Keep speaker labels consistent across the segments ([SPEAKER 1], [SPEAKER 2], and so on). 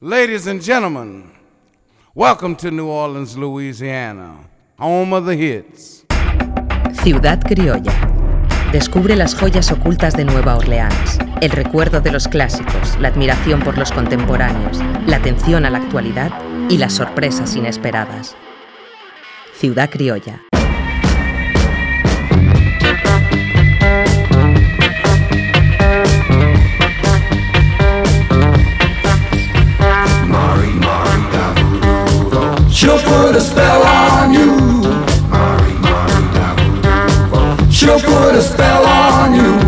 [SPEAKER 1] Ladies and gentlemen, welcome to New Orleans, Louisiana, home of the hits.
[SPEAKER 2] Ciudad Criolla. Descubre las joyas ocultas de Nueva Orleans, el recuerdo de los clásicos, la admiración por los contemporáneos, la atención a la actualidad y las sorpresas inesperadas. Ciudad Criolla.
[SPEAKER 3] She'll put a spell on you. She'll put a spell on you.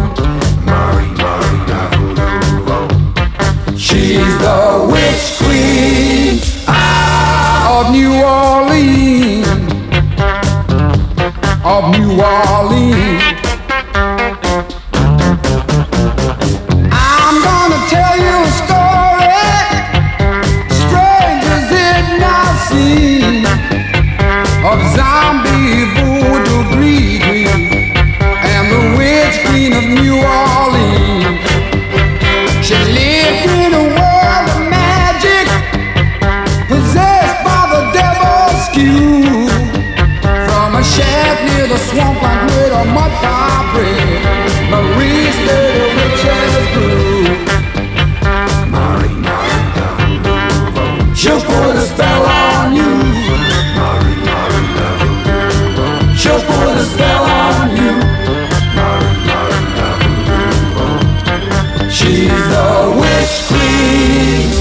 [SPEAKER 3] She's the witch queen of New Orleans. Of New Orleans. I'm gonna tell you a story strangers it now seem of zombie voodoo greed and the witch queen of New Orleans. She lived in a world of magic, possessed by the devil's skew from a shack near the swamp like with a mud pie bread. Marie stayed a witch's brew. She'll put a spell on you. She'll put a spell on you. She's the witch queen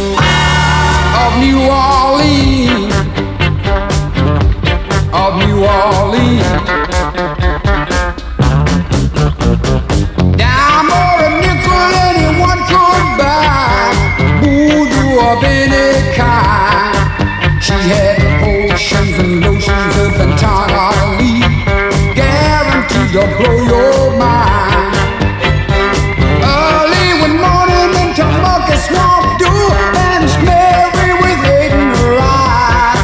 [SPEAKER 3] of New Orleans. Of New Orleans. Dime or a nickel anyone could buy. Voodoo of any kind. She had potions and lotions of Fontana Lee. Guaranteed to blow your mind. Early one morning into Monkey Swamp do vanished Mary with hate in her eye.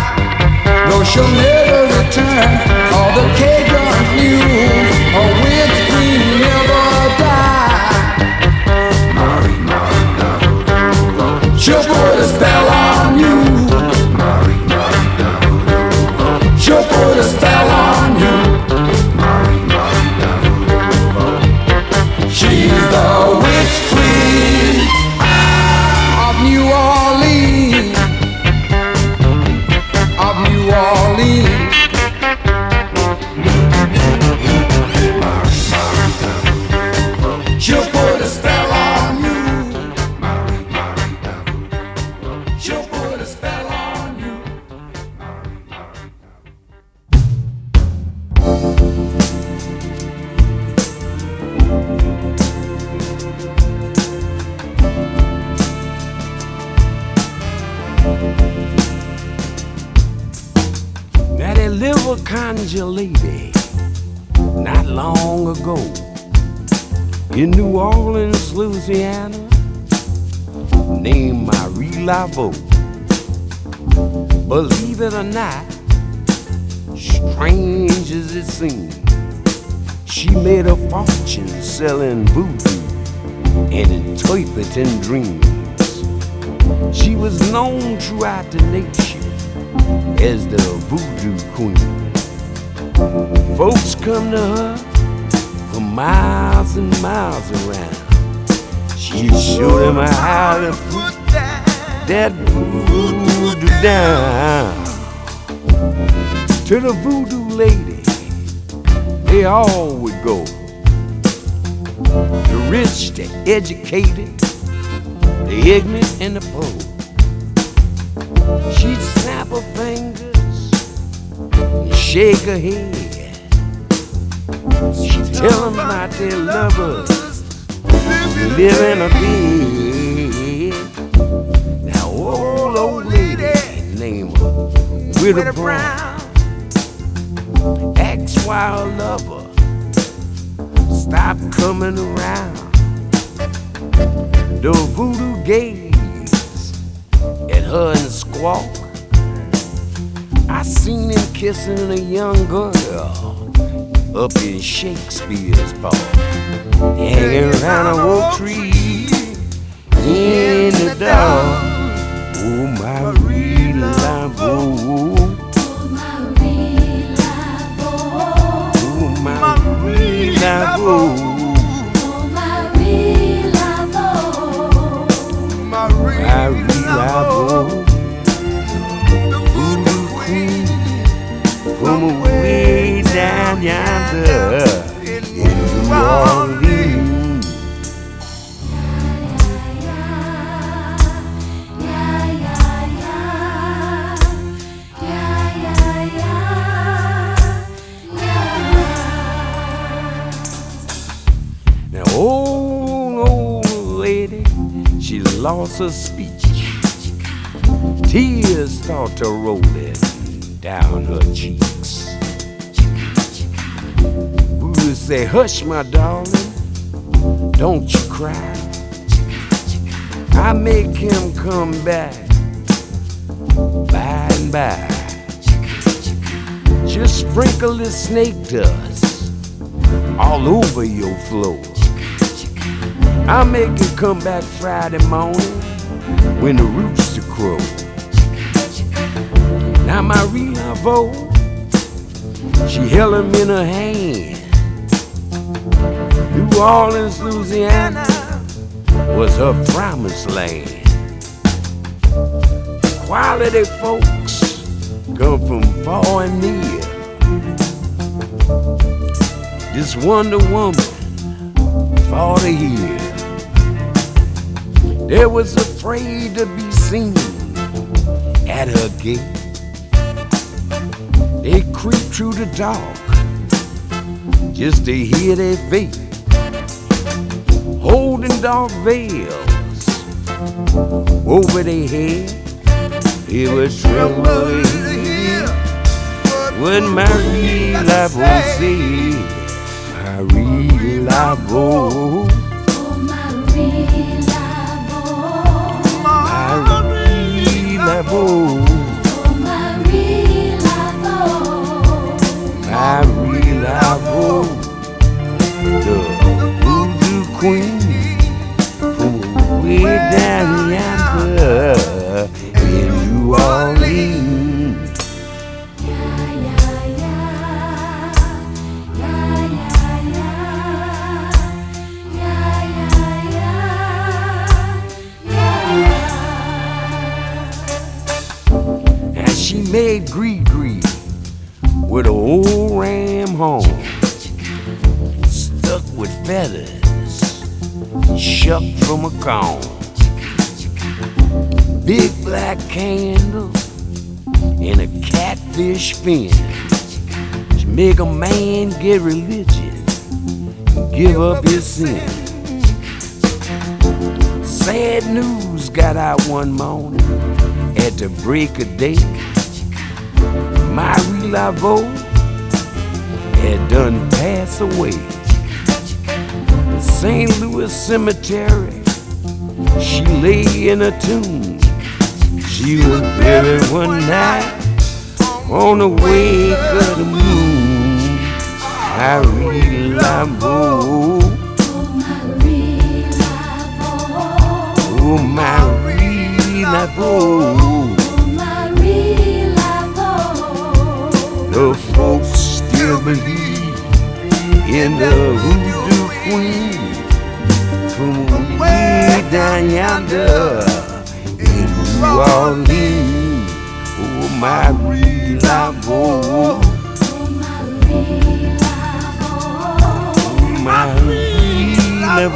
[SPEAKER 3] No, she'll never return. All the Cajun knew a witch queen never died. She'll put a spell on you. She'll put a spell on you. She's the witch queen of New Orleans. Of New Orleans. She'll put a spell on you. She'll put a spell on you.
[SPEAKER 4] Now they live a conjure lady not long ago in New Orleans, Louisiana, named Marie Laveau. Believe it or not, strange as it seems, she made a fortune selling voodoo and interpreting dreams. She was known throughout the nation as the voodoo queen. Folks come to her for miles and miles around. She showed them how to put that voodoo down. To the voodoo lady, they all would go. The rich, the educated, the ignorant, and the poor. She'd snap her fingers and shake her head. She'd tell them about their lovers living a bed. Now, old, old lady, name her Widow Brown, asked why her lover stopped coming around. The voodoo gaze at her and squawk. I seen him kissing a young girl up in Shakespeare's park, hanging around a oak tree in the dark. Oh, my real love. Oh, oh, my real love. Oh, my real love. Voodoo queen from away down yonder in New Orleans. Now, old, old lady, she lost her speech. Tears start to rolling down her cheeks. Voodoo say, hush, my darling, don't you cry. I make him come back by and by. Just sprinkle this snake dust all over your floor. I make it come back Friday morning when the rooster crow. Now my real vote, she held him in her hand. New Orleans, Louisiana was her promised land. Quality folks come from far and near. This Wonder Woman, 40 years. They was afraid to be seen at her gate. They creep through the dark just to hear their fate. Holding dark veils over their head, it was trembling when my real love will see. My real love will. level. I real level. The voodoo queen from way down yonder in New Orleans. And she made Gree Gree with a old ram horn. Stuck with feathers, shuck from a cone. Big black candle and a catfish fin. She make a man get religious and give up his sin. Sad news got out one morning at the break of day. My Lavo had done passed away. The St. Louis Cemetery, she lay in a tomb. She was buried one night on the wake of the moon. I Lavo, oh my Lavo. The folks still believe in the hoodoo queen from way down yonder in New Orleans. Oh, my real love, oh, my real love, oh, my real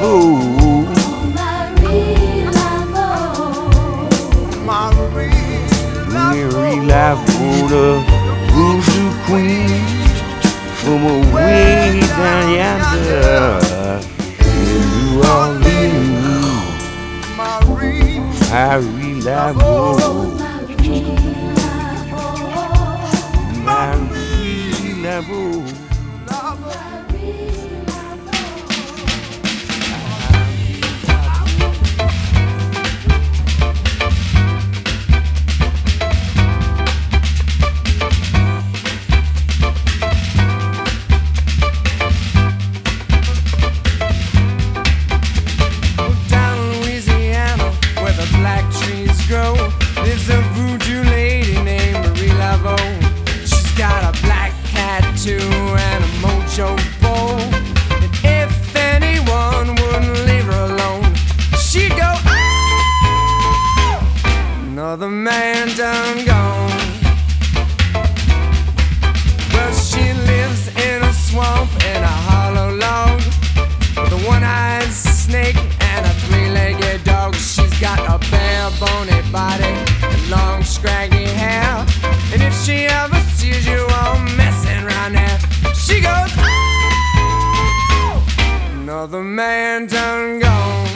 [SPEAKER 4] love, oh, the hoodoo queen from way down yonder in New Orleans. I reliable. I reliable.
[SPEAKER 5] Down in Louisiana, where the black trees grow, the "Oh!" man done gone. Well, she lives in a swamp in a hollow log with a one-eyed snake and a three-legged dog. She's got a bare bony body and long scraggy hair. And if she ever sees you all messing around there, she goes, "Oh!" Another man done gone.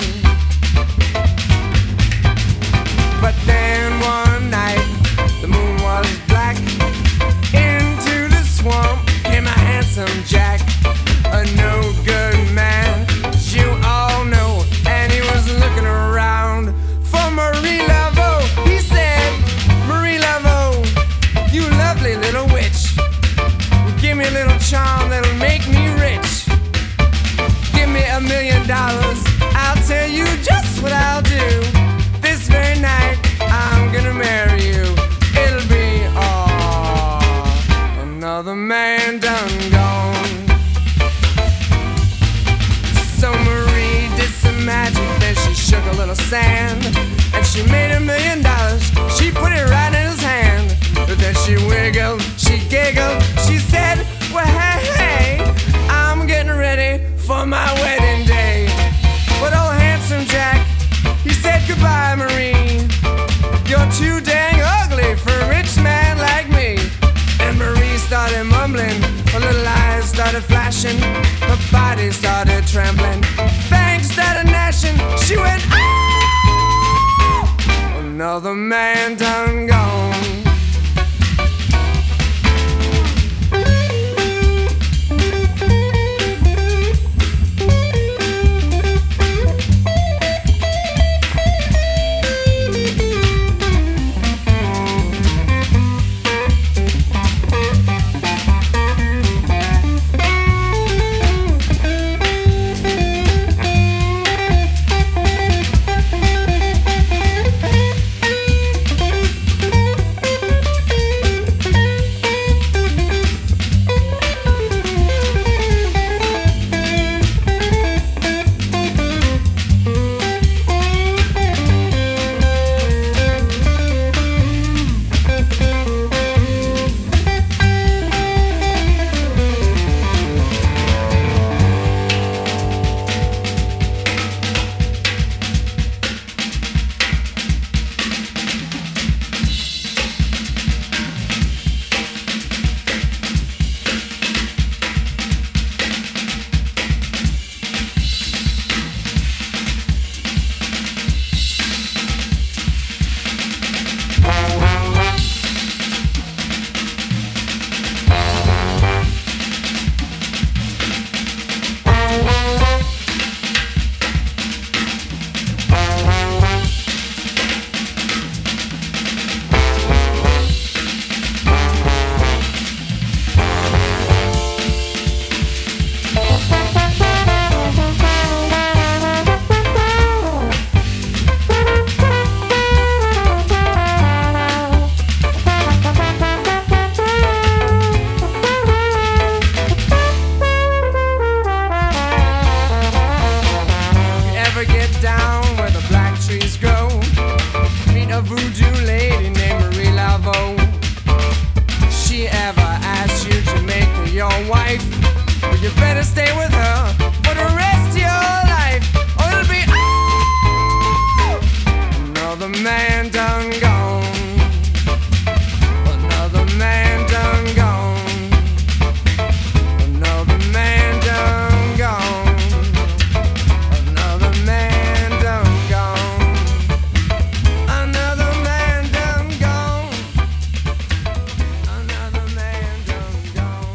[SPEAKER 5] But then one night, the moon was black. Into the swamp came a handsome jack, a no good man, as you all know. And he was looking around for Marie Laveau. He said, Marie Laveau, you lovely little witch. Give me a little charm that'll make me rich. Give me a million dollars. I'll tell you just what I'll do. This very night, I'm gonna marry you. It'll be all another man done gone. So Marie did some magic, then she shook a little sand, and she made a million dollars. She put it right in his hand, but then she wiggled, she giggled, she said, "Well, hey, hey, I'm getting ready for my wedding day." But old handsome Jack, he said goodbye, Marie. You're too dang ugly for a rich man like me. And Marie started mumbling, her little eyes started flashing, her body started trembling, fangs started gnashing. She went, "Ah!" Another man done gone. you ever get down where the black trees grow, meet a voodoo lady named Marie Laveau. She ever asks you to make her your wife, well you better stay with her for the rest of your life, or it'll be another man done gone, another man done gone, another man done gone. Another man done gone. Another man done gone. Another man done gone.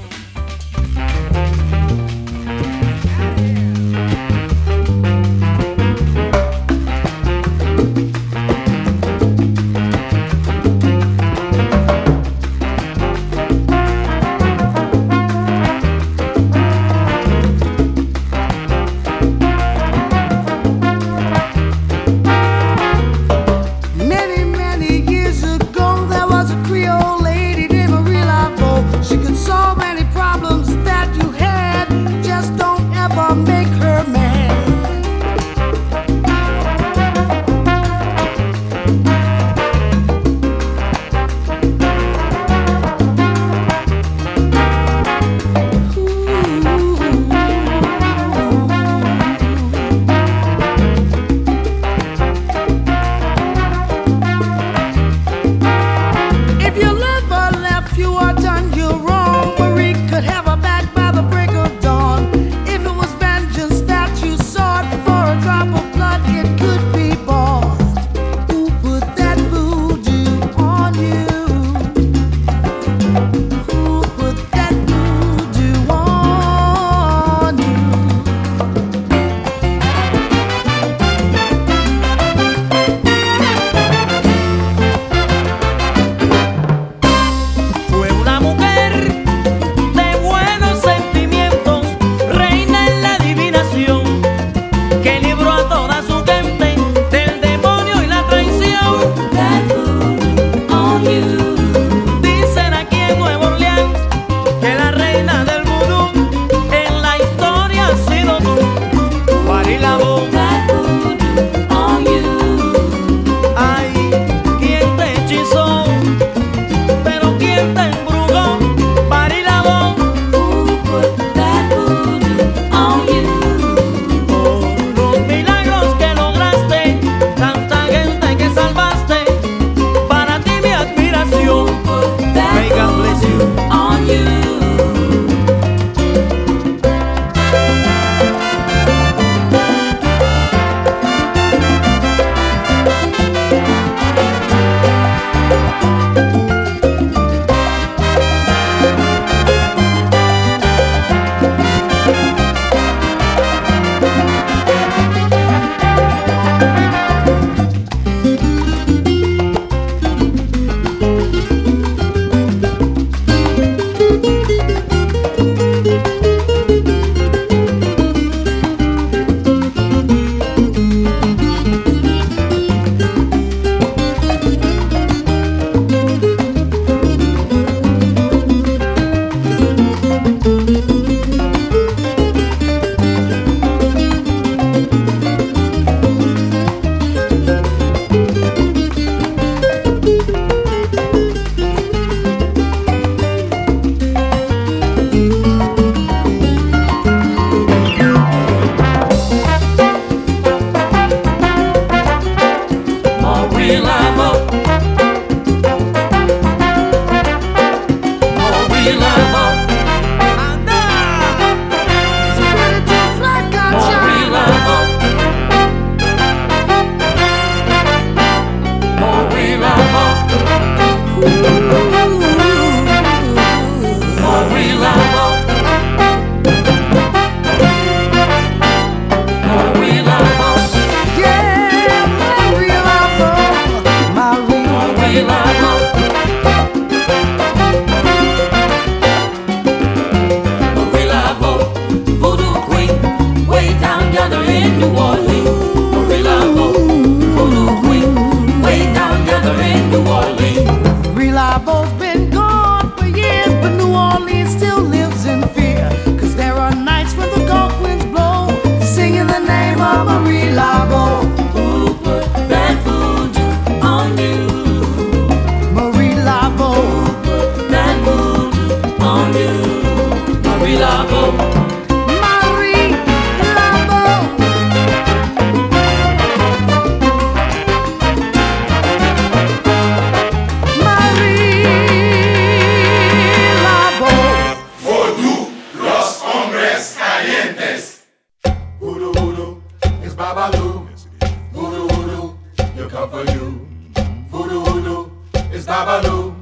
[SPEAKER 6] It's Babalu,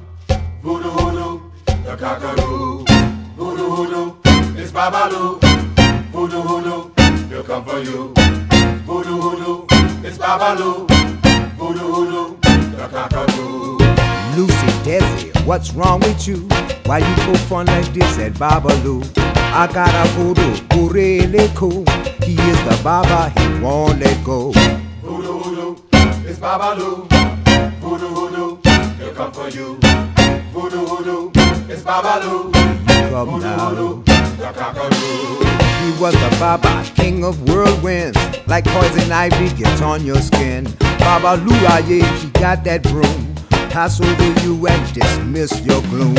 [SPEAKER 6] voodoo hoodoo, the cockaroo. Voodoo hoodoo, it's Babalu, voodoo hoodoo, he'll come for you. Voodoo hoodoo, it's Babalu, voodoo hoodoo, the cockaroo.
[SPEAKER 7] Lucy Desi, what's wrong with you? Why you go fun like this at Babalu? I got a voodoo who really cool. He is the Baba, he won't let go.
[SPEAKER 6] Voodoo hoodoo, it's Babalu, voodoo hoodoo, he'll come for you. Voodoo hoodoo, it's Babalu,
[SPEAKER 7] Come
[SPEAKER 6] voodoo
[SPEAKER 7] now.
[SPEAKER 6] hoodoo, the cockaroo.
[SPEAKER 7] He was the Baba, king of whirlwinds. Like poison ivy gets on your skin. Baba Luaye, he got that broom. Pass over you and dismiss your gloom.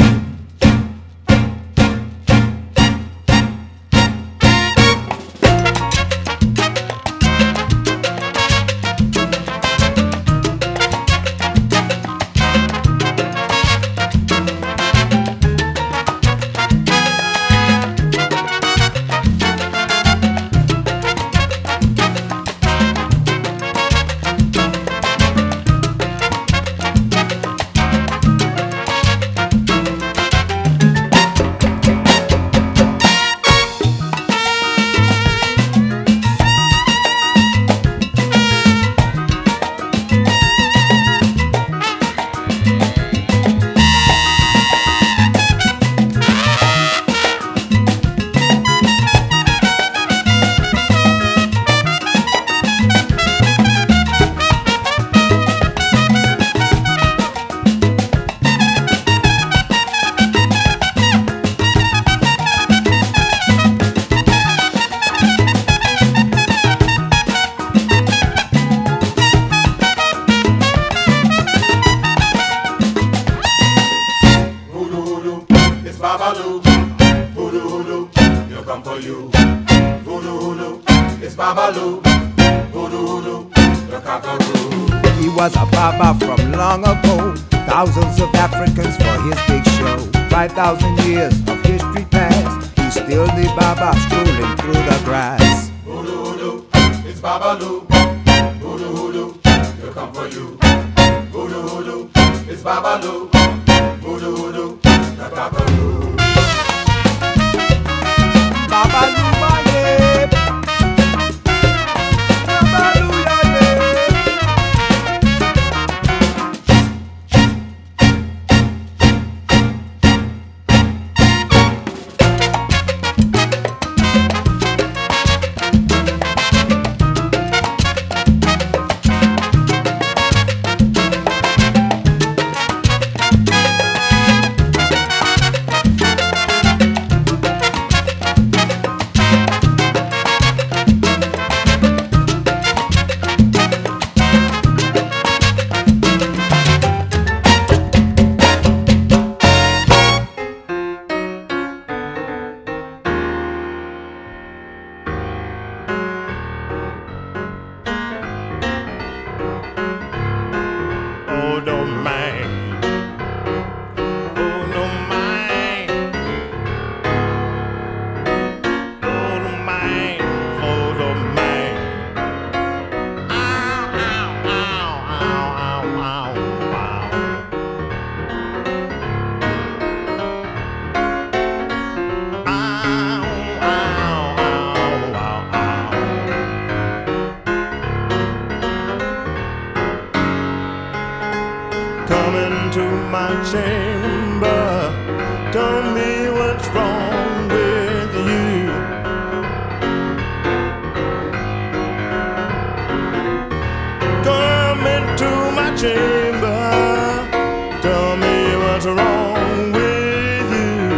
[SPEAKER 6] Voodoo hoodoo, it's Babalu. Voodoo hoodoo, he'll come for you. Voodoo hoodoo, it's Babalu. Voodoo hoodoo, the cockatoo.
[SPEAKER 7] He was a Baba from long ago. Thousands of Africans for his big show. 5,000 years of history past. He's still the Baba strolling through the grass.
[SPEAKER 6] Voodoo hoodoo, it's Babalu. Voodoo hoodoo, he'll come for you. Voodoo hoodoo, it's Babalu. Voodoo hoodoo, the cockatoo.
[SPEAKER 7] Baba Luaye. Baba Luaye.
[SPEAKER 8] Oh no mind. Oh no mind. Oh no mind. Oh no mind. Ow ow ow ow ow ow ow. Ow ow ow ow ow. Come into my chamber. Tell me what's wrong with you. Come into my chamber. Tell me what's wrong with you.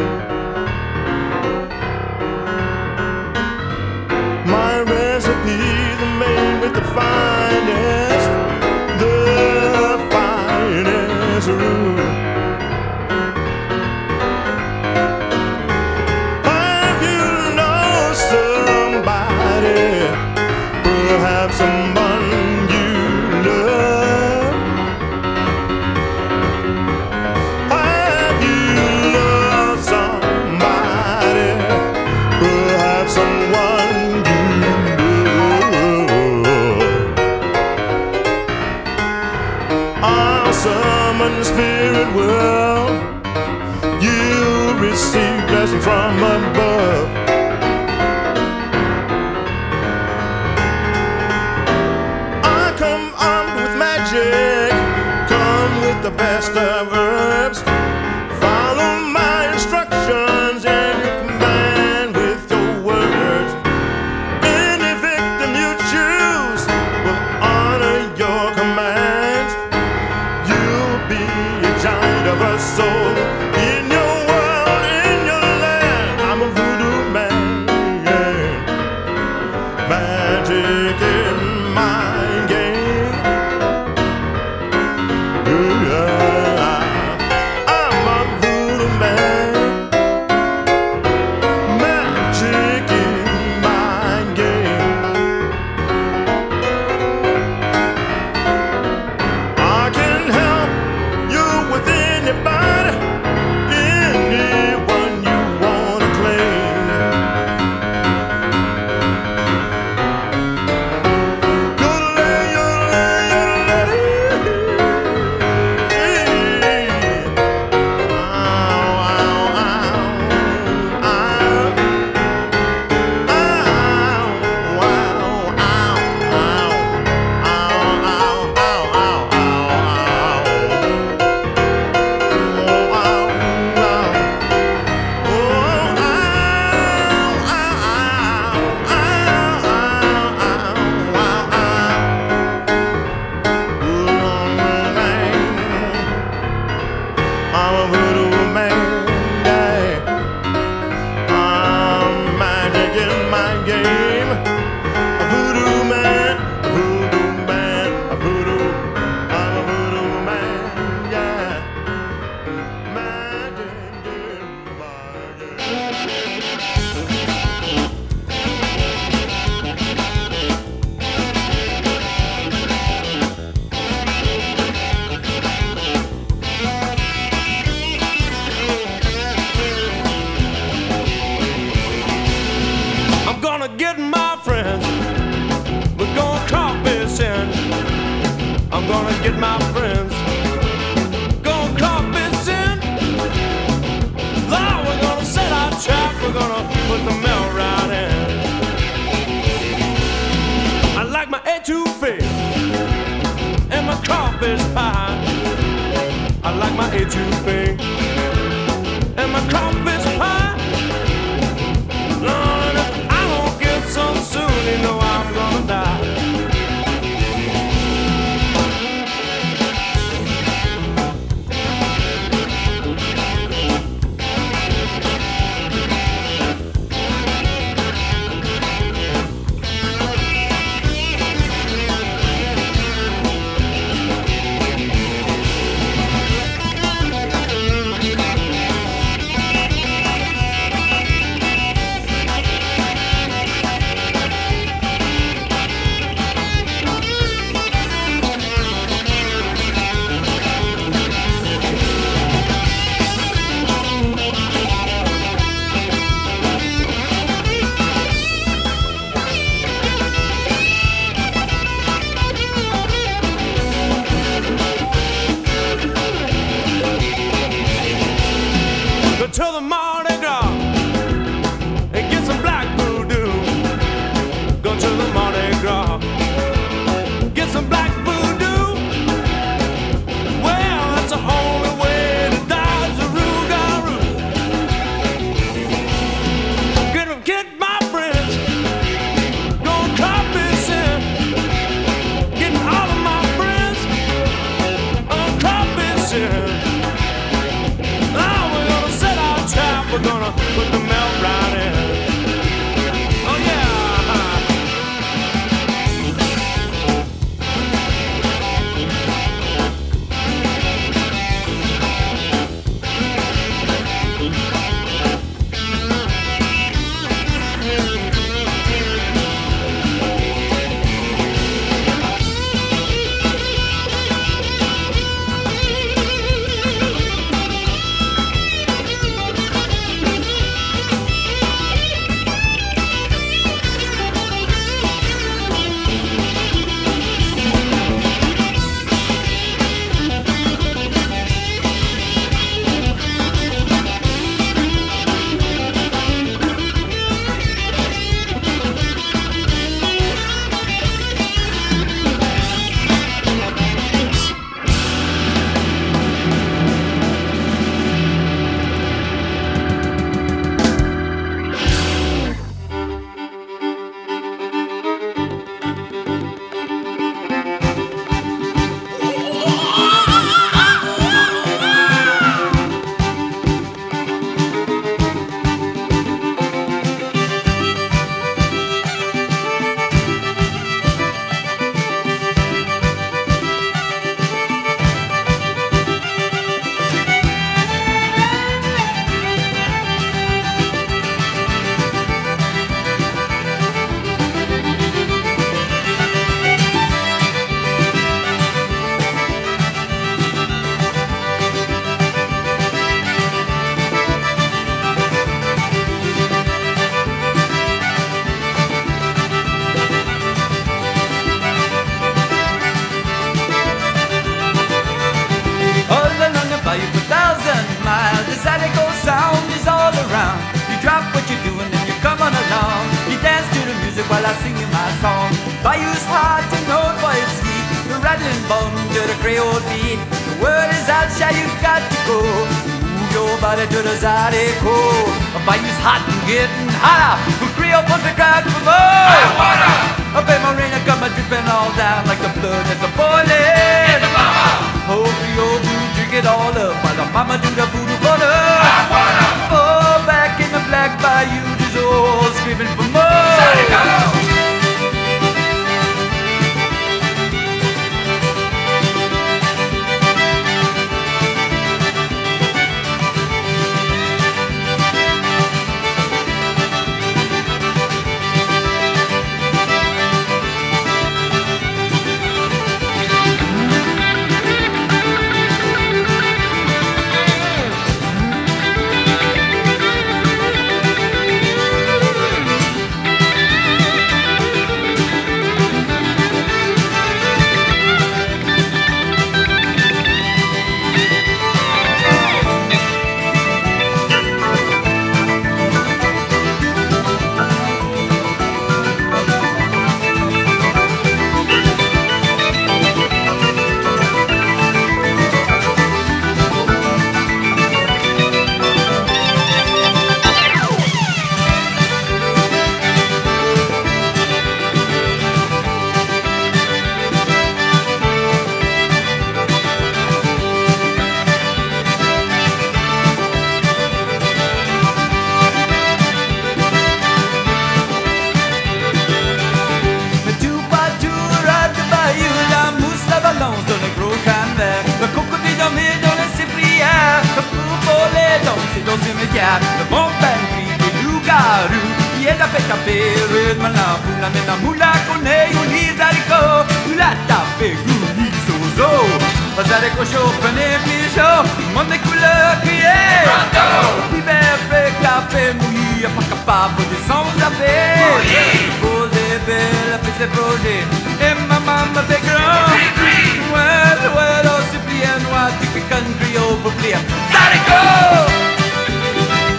[SPEAKER 8] My recipe's made with the finest the finest room. Have you know somebody? Perhaps someone you love. Have you loved somebody? Perhaps someone you love. I'll summon the spirit world. You receive blessing from above. I come armed with magic, come with the best of herbs. Follow my instructions and you combine with your words. Any victim you choose will honor your commands. You'll be a giant of a soul. In your world, in your land, I'm a voodoo man. yeah. Magic in my game. Yeah, I'm a voodoo man. Magic in my game. I can help you with anybody, anyone you wanna claim. Yodelay, yodelay, yodelay. Ow, ow, ow, ow. Ow, ow, ow, ow. My game a voodoo man, a voodoo man, a voodoo. I'm a voodoo man, yeah. Magic in my game. I'm gonna get my friends. We're gonna crop this in. I'm gonna get my friends. Gonna crop this in. Lord, we're gonna set our trap. We're gonna put the mail right in. I like my etouffee and my crawfish pie. I like my etouffee and my crawfish pie. Lord, I won't get some soon, you know I'm gonna die. Go to the Mardi Gras and get some black voodoo. Go to the Mardi Gras, get some black voodoo. Well, that's the only way to die is a rougarou. Get 'em, get my friends, gonna cop this in. Get all of my friends, gonna cop this in. Now we're gonna set our trap, we're gonna put the melt right in. Oh yeah.
[SPEAKER 3] Thank you. bum to the Creole beat. The word is out, shall you got to go. Move your body to the Zydeco. A bike's hot and getting hotter. The Creole pump the crowd for more. I wanna. Up in my rain, I got my dripping all down like the blood that's a boiling. the mama. Oh, Creole brew, drink it all up while the mama do the voodoo for the. I wanna. Oh, back in the black bayou, this old screaming for more. Zydeco. Le Tupac-Tour à de Bayou, la mousse, la balance dans le gros camber. Le crocodile dans mes dans les cyprières. Le fou volet dans ses dans ses médias. Le bon pain gris des loups-garous. Qui est tapé, tapé, rythme la boule. La même la moula qu'on est, on lit d'alico. La tapé, goulis, zozo. Pas à l'écocho, prenez pigeon. Monde des couleurs, criez. Libère, fait, café, mouillé. Pas capable de s'en taper. Posez belle, faites projet. Et ma maman fait grand. Ouais, ouais, aussi bien, noir, tu que country, au public. Let it go!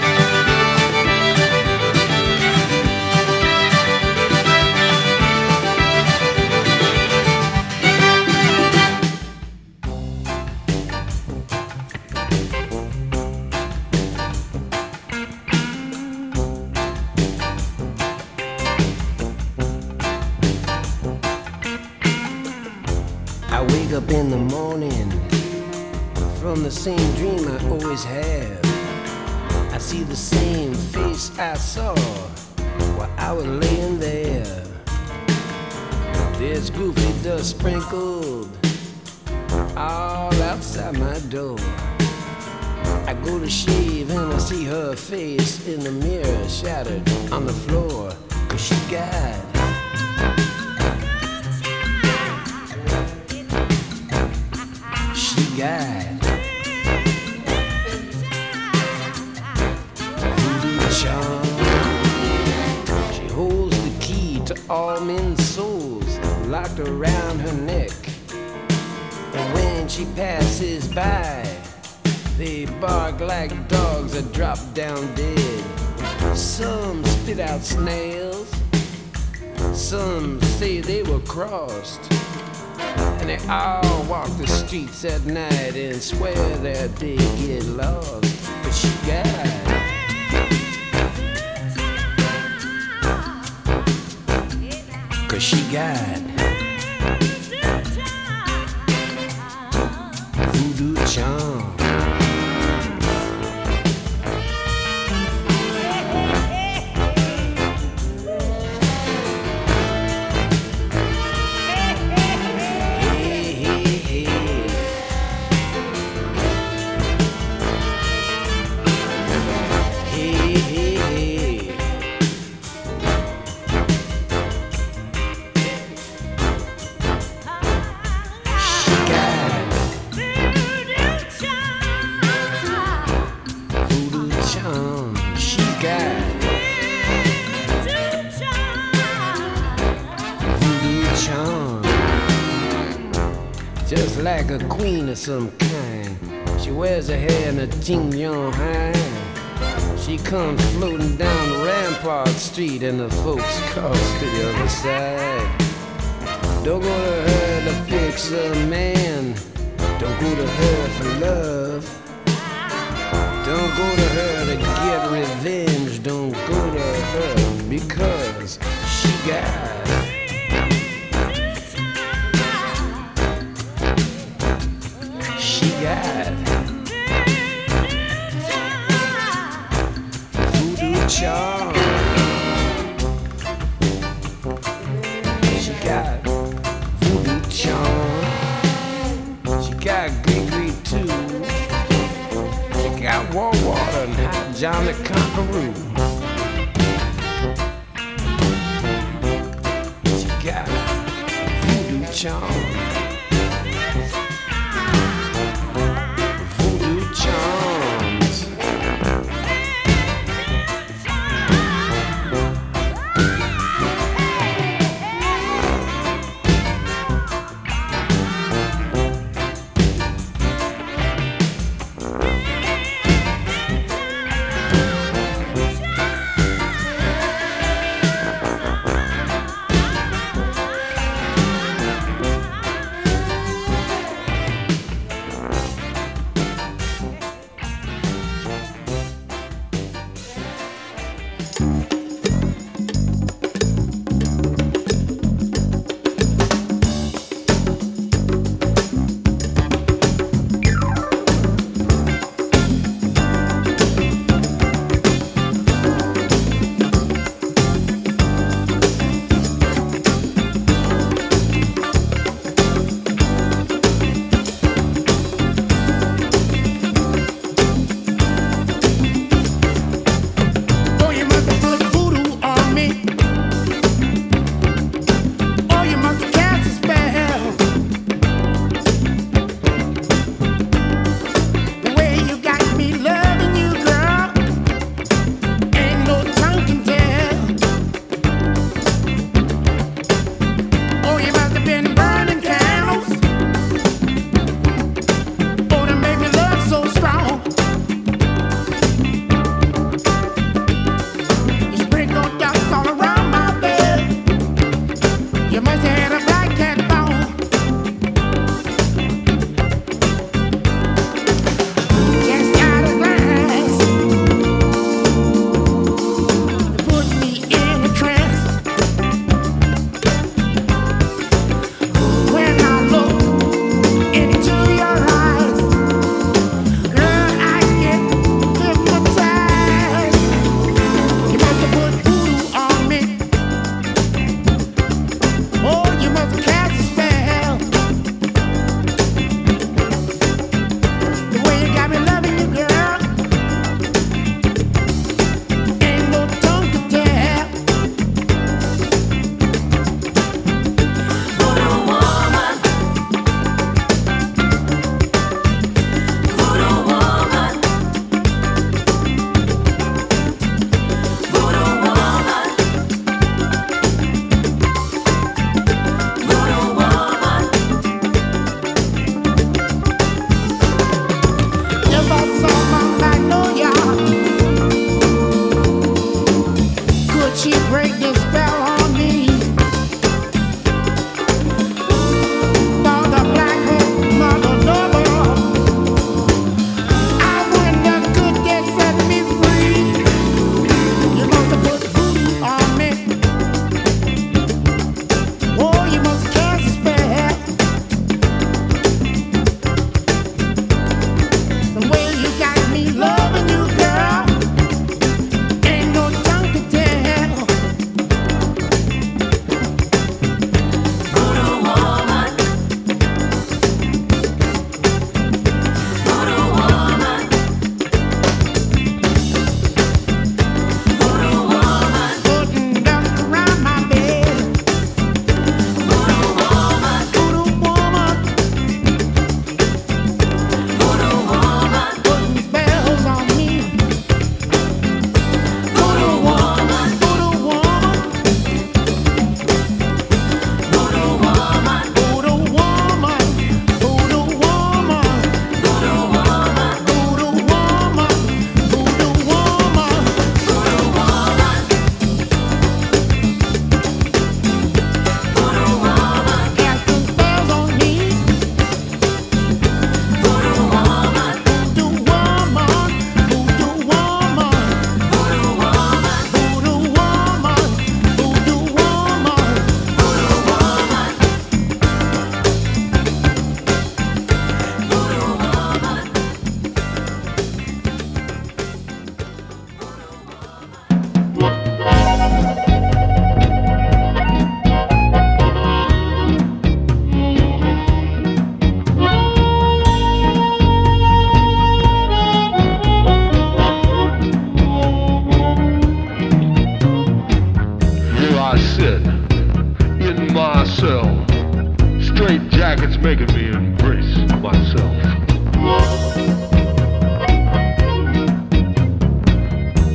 [SPEAKER 9] I wake up in the morning from the same dream I always have. I see the same face I saw while I was laying there. There's goofy dust sprinkled all outside my door. I go to shave and I see her face in the mirror shattered on the floor. Cause she got she got. Voodoo charm. She holds the key to all men's souls locked around her neck. And when she passes by, they bark like dogs that drop down dead. Some spit out snails. Some say they were crossed. And they all walk the streets at night and swear that they get lost. But she got. Cause she got. Voodoo charm. Hey, hey, hey. Hey, hey, hey. She got voodoo charm. She got voodoo charm. Just like a queen of some kind. She wears her hair in a ting yong high. She comes floating down Rampart Street and the folks cross to the other side. Don't go to her to fix a man. Don't go to her for love. Don't go to her to get revenge. Don't go to her because she got. She got. Voodoo charm. She got voodoo charm. She got green green too. She got warm water and hot John the Conqueror. She got voodoo charm. Voodoo charms.
[SPEAKER 6] Thank you.
[SPEAKER 2] Oh,
[SPEAKER 10] making me embrace myself.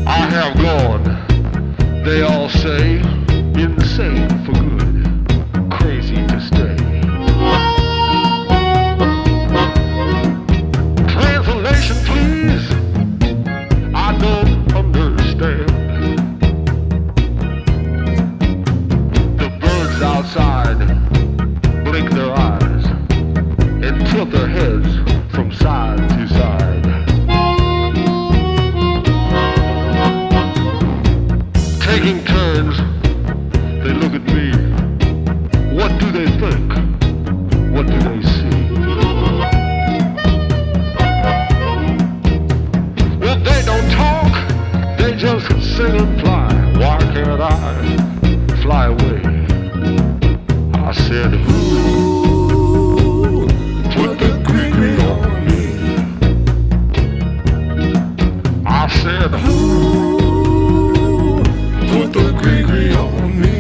[SPEAKER 10] I have gone, they all say, insane for good, crazy to stay. Translation, please. I don't understand. The birds outside blink their eyes and tilt their heads from side to side. Taking turns, they look at me. What do they think? What do they see? Well, they don't talk, they just sing and fly. Why can't I fly away? I said, Who put the creepy on me? I said, Who put the creepy on me?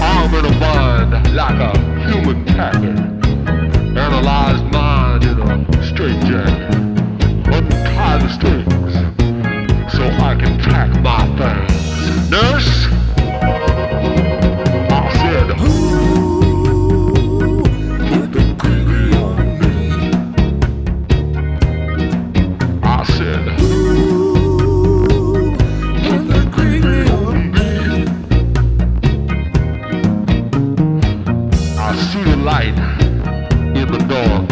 [SPEAKER 10] arm in a bind like a human packard. Analyzed mind in a straitjacket. Untie the strings so I can pack my things. Nurse, I said, who put the creepy on me? I said, who put the creepy on me? I see the light in the dark.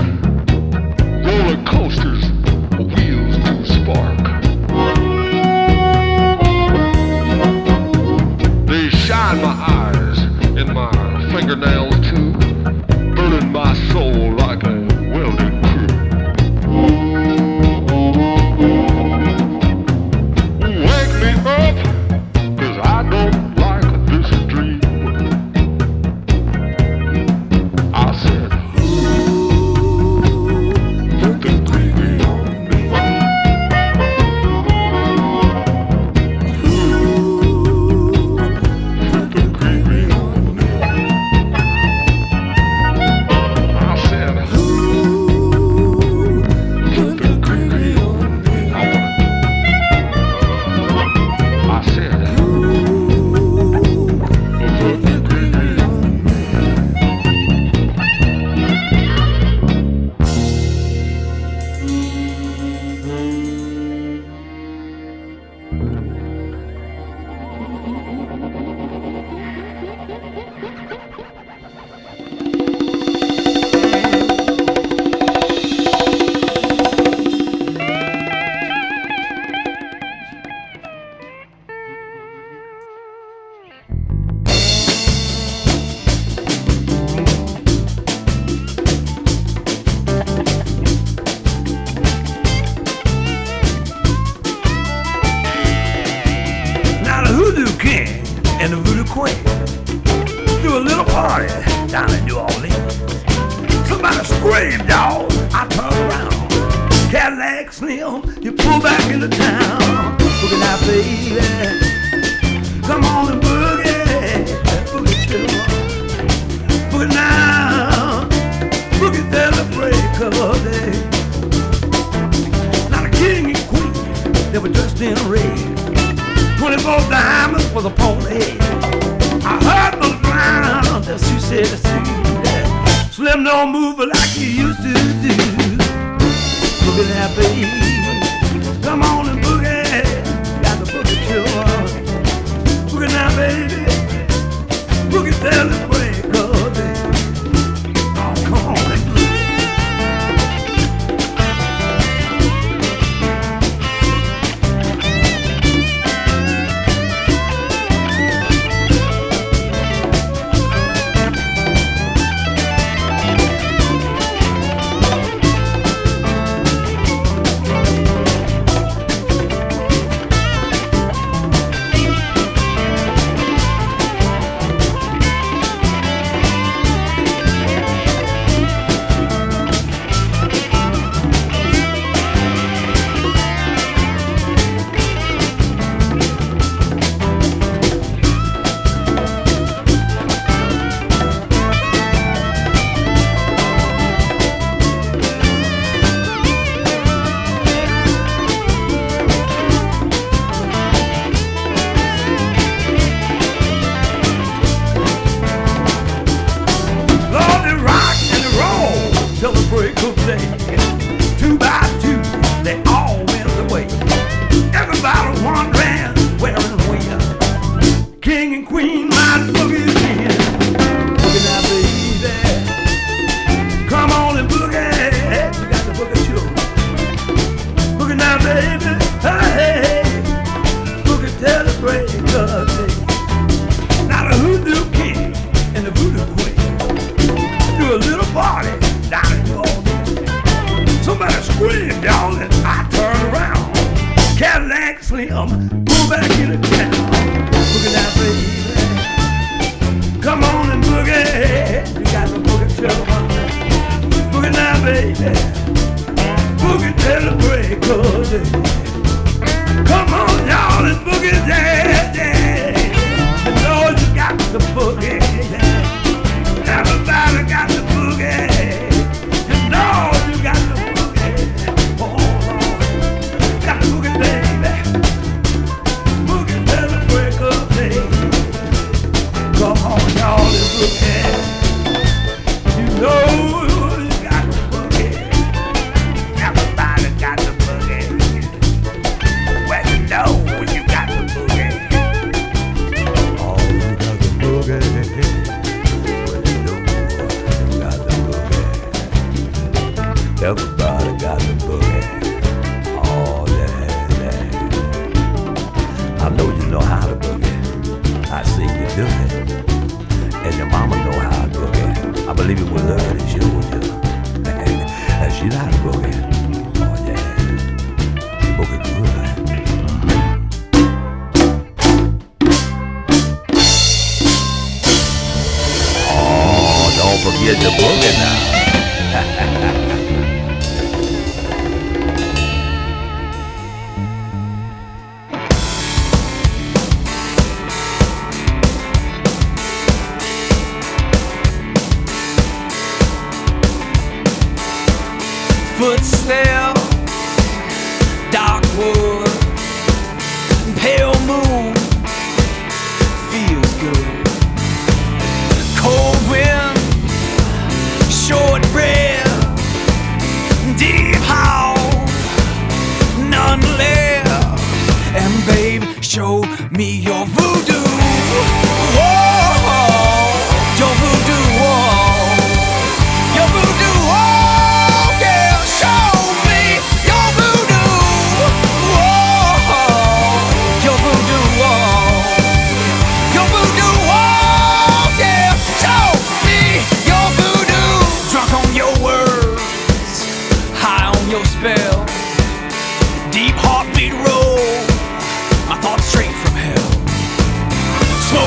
[SPEAKER 10] Roller coasters, wheels do spark. They shine my eyes and my fingernails too, burning my soul like a welding crew. Wake me up, 'cause I don't like this dream. I said, Who put the creepy on me? Who put the creepy on me? I said, Who put the creepy on me? I said, Who put the creepy on me?
[SPEAKER 11] Now the Hoodoo King and the Voodoo Queen do a little party down in New Orleans. Somebody screamed, dog. I turned around. Cadillac Slim, you pull back into town. Boogie now, baby. Come on and boogie. Boogie still. Boogie now. Boogie boogie till the break of day. Now the king and queen, they were dressed in red. Twenty-four diamonds was upon their head. I heard the ground that she said, "See, Slim don't move like you used to do. Boogie that baby, come on and boogie. Got the boogie cure. Boogie now, baby, boogie till the break of day. Oh, come on and boogie. Lord, they rock and they roll till the break of day. Two by two, they all went away. Everybody wandering, wearing wheel. King and queen, my boogie man. Boogie now, baby. Come on and boogie. You got the boogie too. Boogie now, baby. Hey, hey. Boogie till the break of day. Now the hoodoo king and the voodoo queen do a little party down in New Orleans. Somebody screamed, y'all, and I turned around. Cadillac Slim, pull back in the town. Boogie now, baby. Come on and boogie. You got the boogie till the morning. Boogie now, baby. Boogie till the break of day. Come on, y'all, and boogie, yeah, yeah. Lord, you got the boogie, yeah. Everybody got the boogie. You know you got the boogie. Oh, Lord. got the boogie, baby. Boogie till the break of day. Come on, y'all, and boogie. You know you got the boogie. Everybody got the boogie. Well, you know you got the boogie. Oh, you got the boogie. Everybody got the boogie. Oh, yeah, yeah. I know you know how to boogie. I see you do it. And your mama know how to boogie. I believe it was her that showed you. And she know how to boogie. Oh, yeah. She boogie good. Oh, don't forget the boogie now.
[SPEAKER 5] footstep, dark wood, pale moon, feels good. Cold wind, short breath, deep howl, none left. And babe, show me your voodoo. Whoa, your voodoo. Whoa. Your voodoo, oh girl, show me your voodoo, oh your voodoo, oh your voodoo, oh girl, show me your voodoo. Drunk on your words, high on your spell, deep heartbeat roll. I thought straight from hell.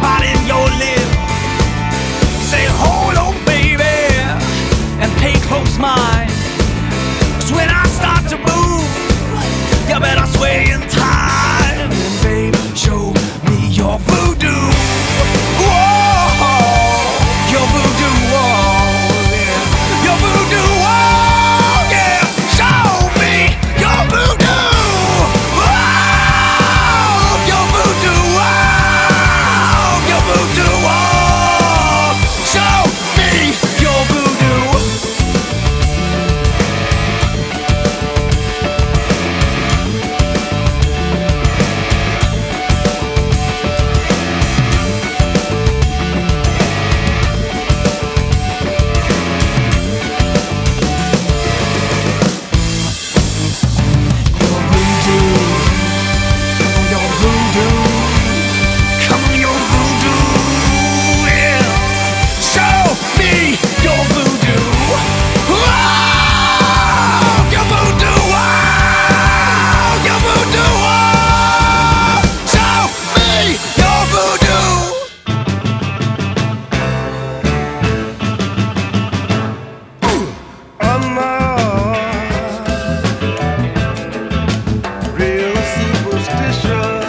[SPEAKER 10] bite in your lip. Say, hold on, baby, and pay close mind. 'Cause when I start to move, you better sway in time. And babe, show me your voodoo. Whoa, your voodoo wall, yeah. Your voodoo wall, yeah. Show me your voodoo. Wow, your voodoo wall, your voodoo wall. Show me your voodoo.
[SPEAKER 3] Real superstition.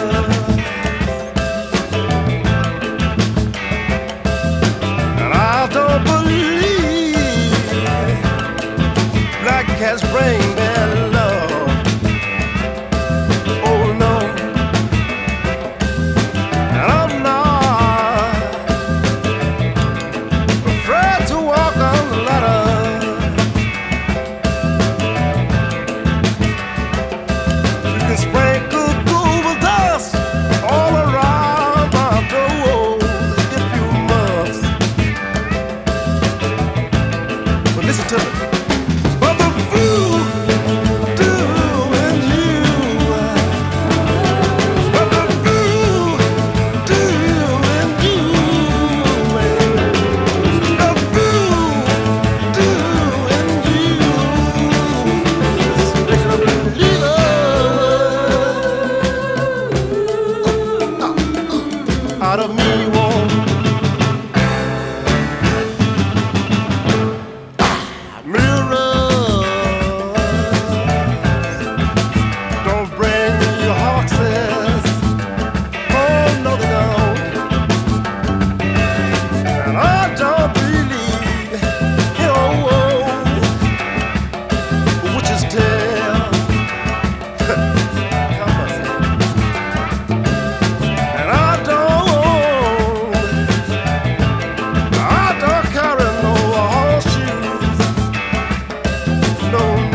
[SPEAKER 3] And I don't believe black cats bring their love. Oh no. And I'm not afraid to walk on the ladder. You can sprinkle Google dust all around my door if you must. But listen to me. But the voodoo in you. But the voodoo in you. The voodoo in you. out of me you want. Mirrors, don't bring your horses. Oh, no, they don't. And I don't believe in old witches' tales. How about that? And I don't, I don't carry no horseshoes.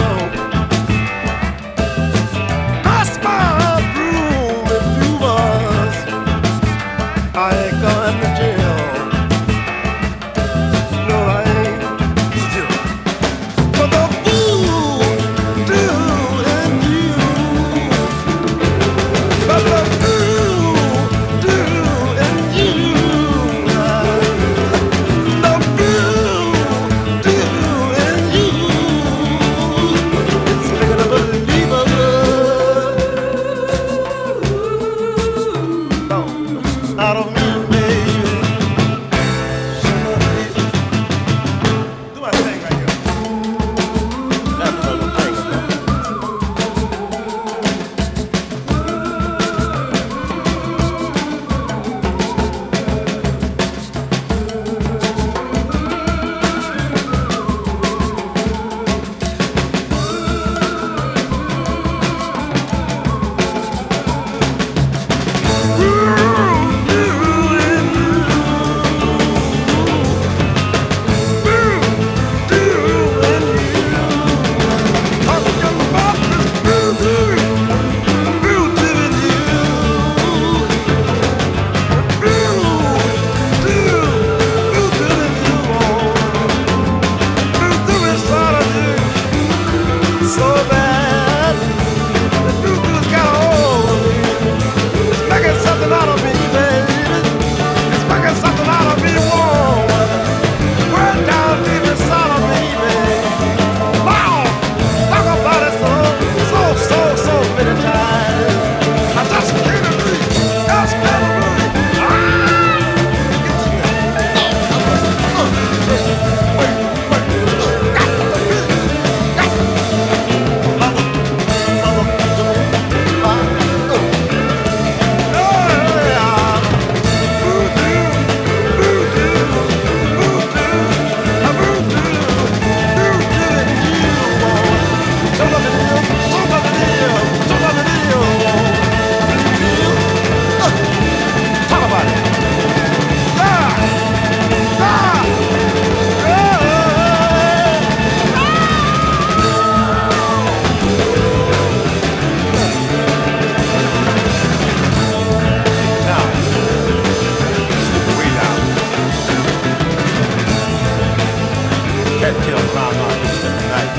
[SPEAKER 8] night.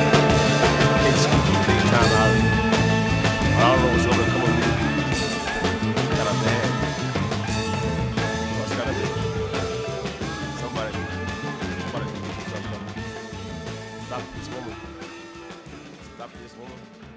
[SPEAKER 8] It's complete time out. I don't know what's gonna come of it. Kinda bad. What's gonna be? Somebody, somebody do something. Stop this woman. Stop this woman.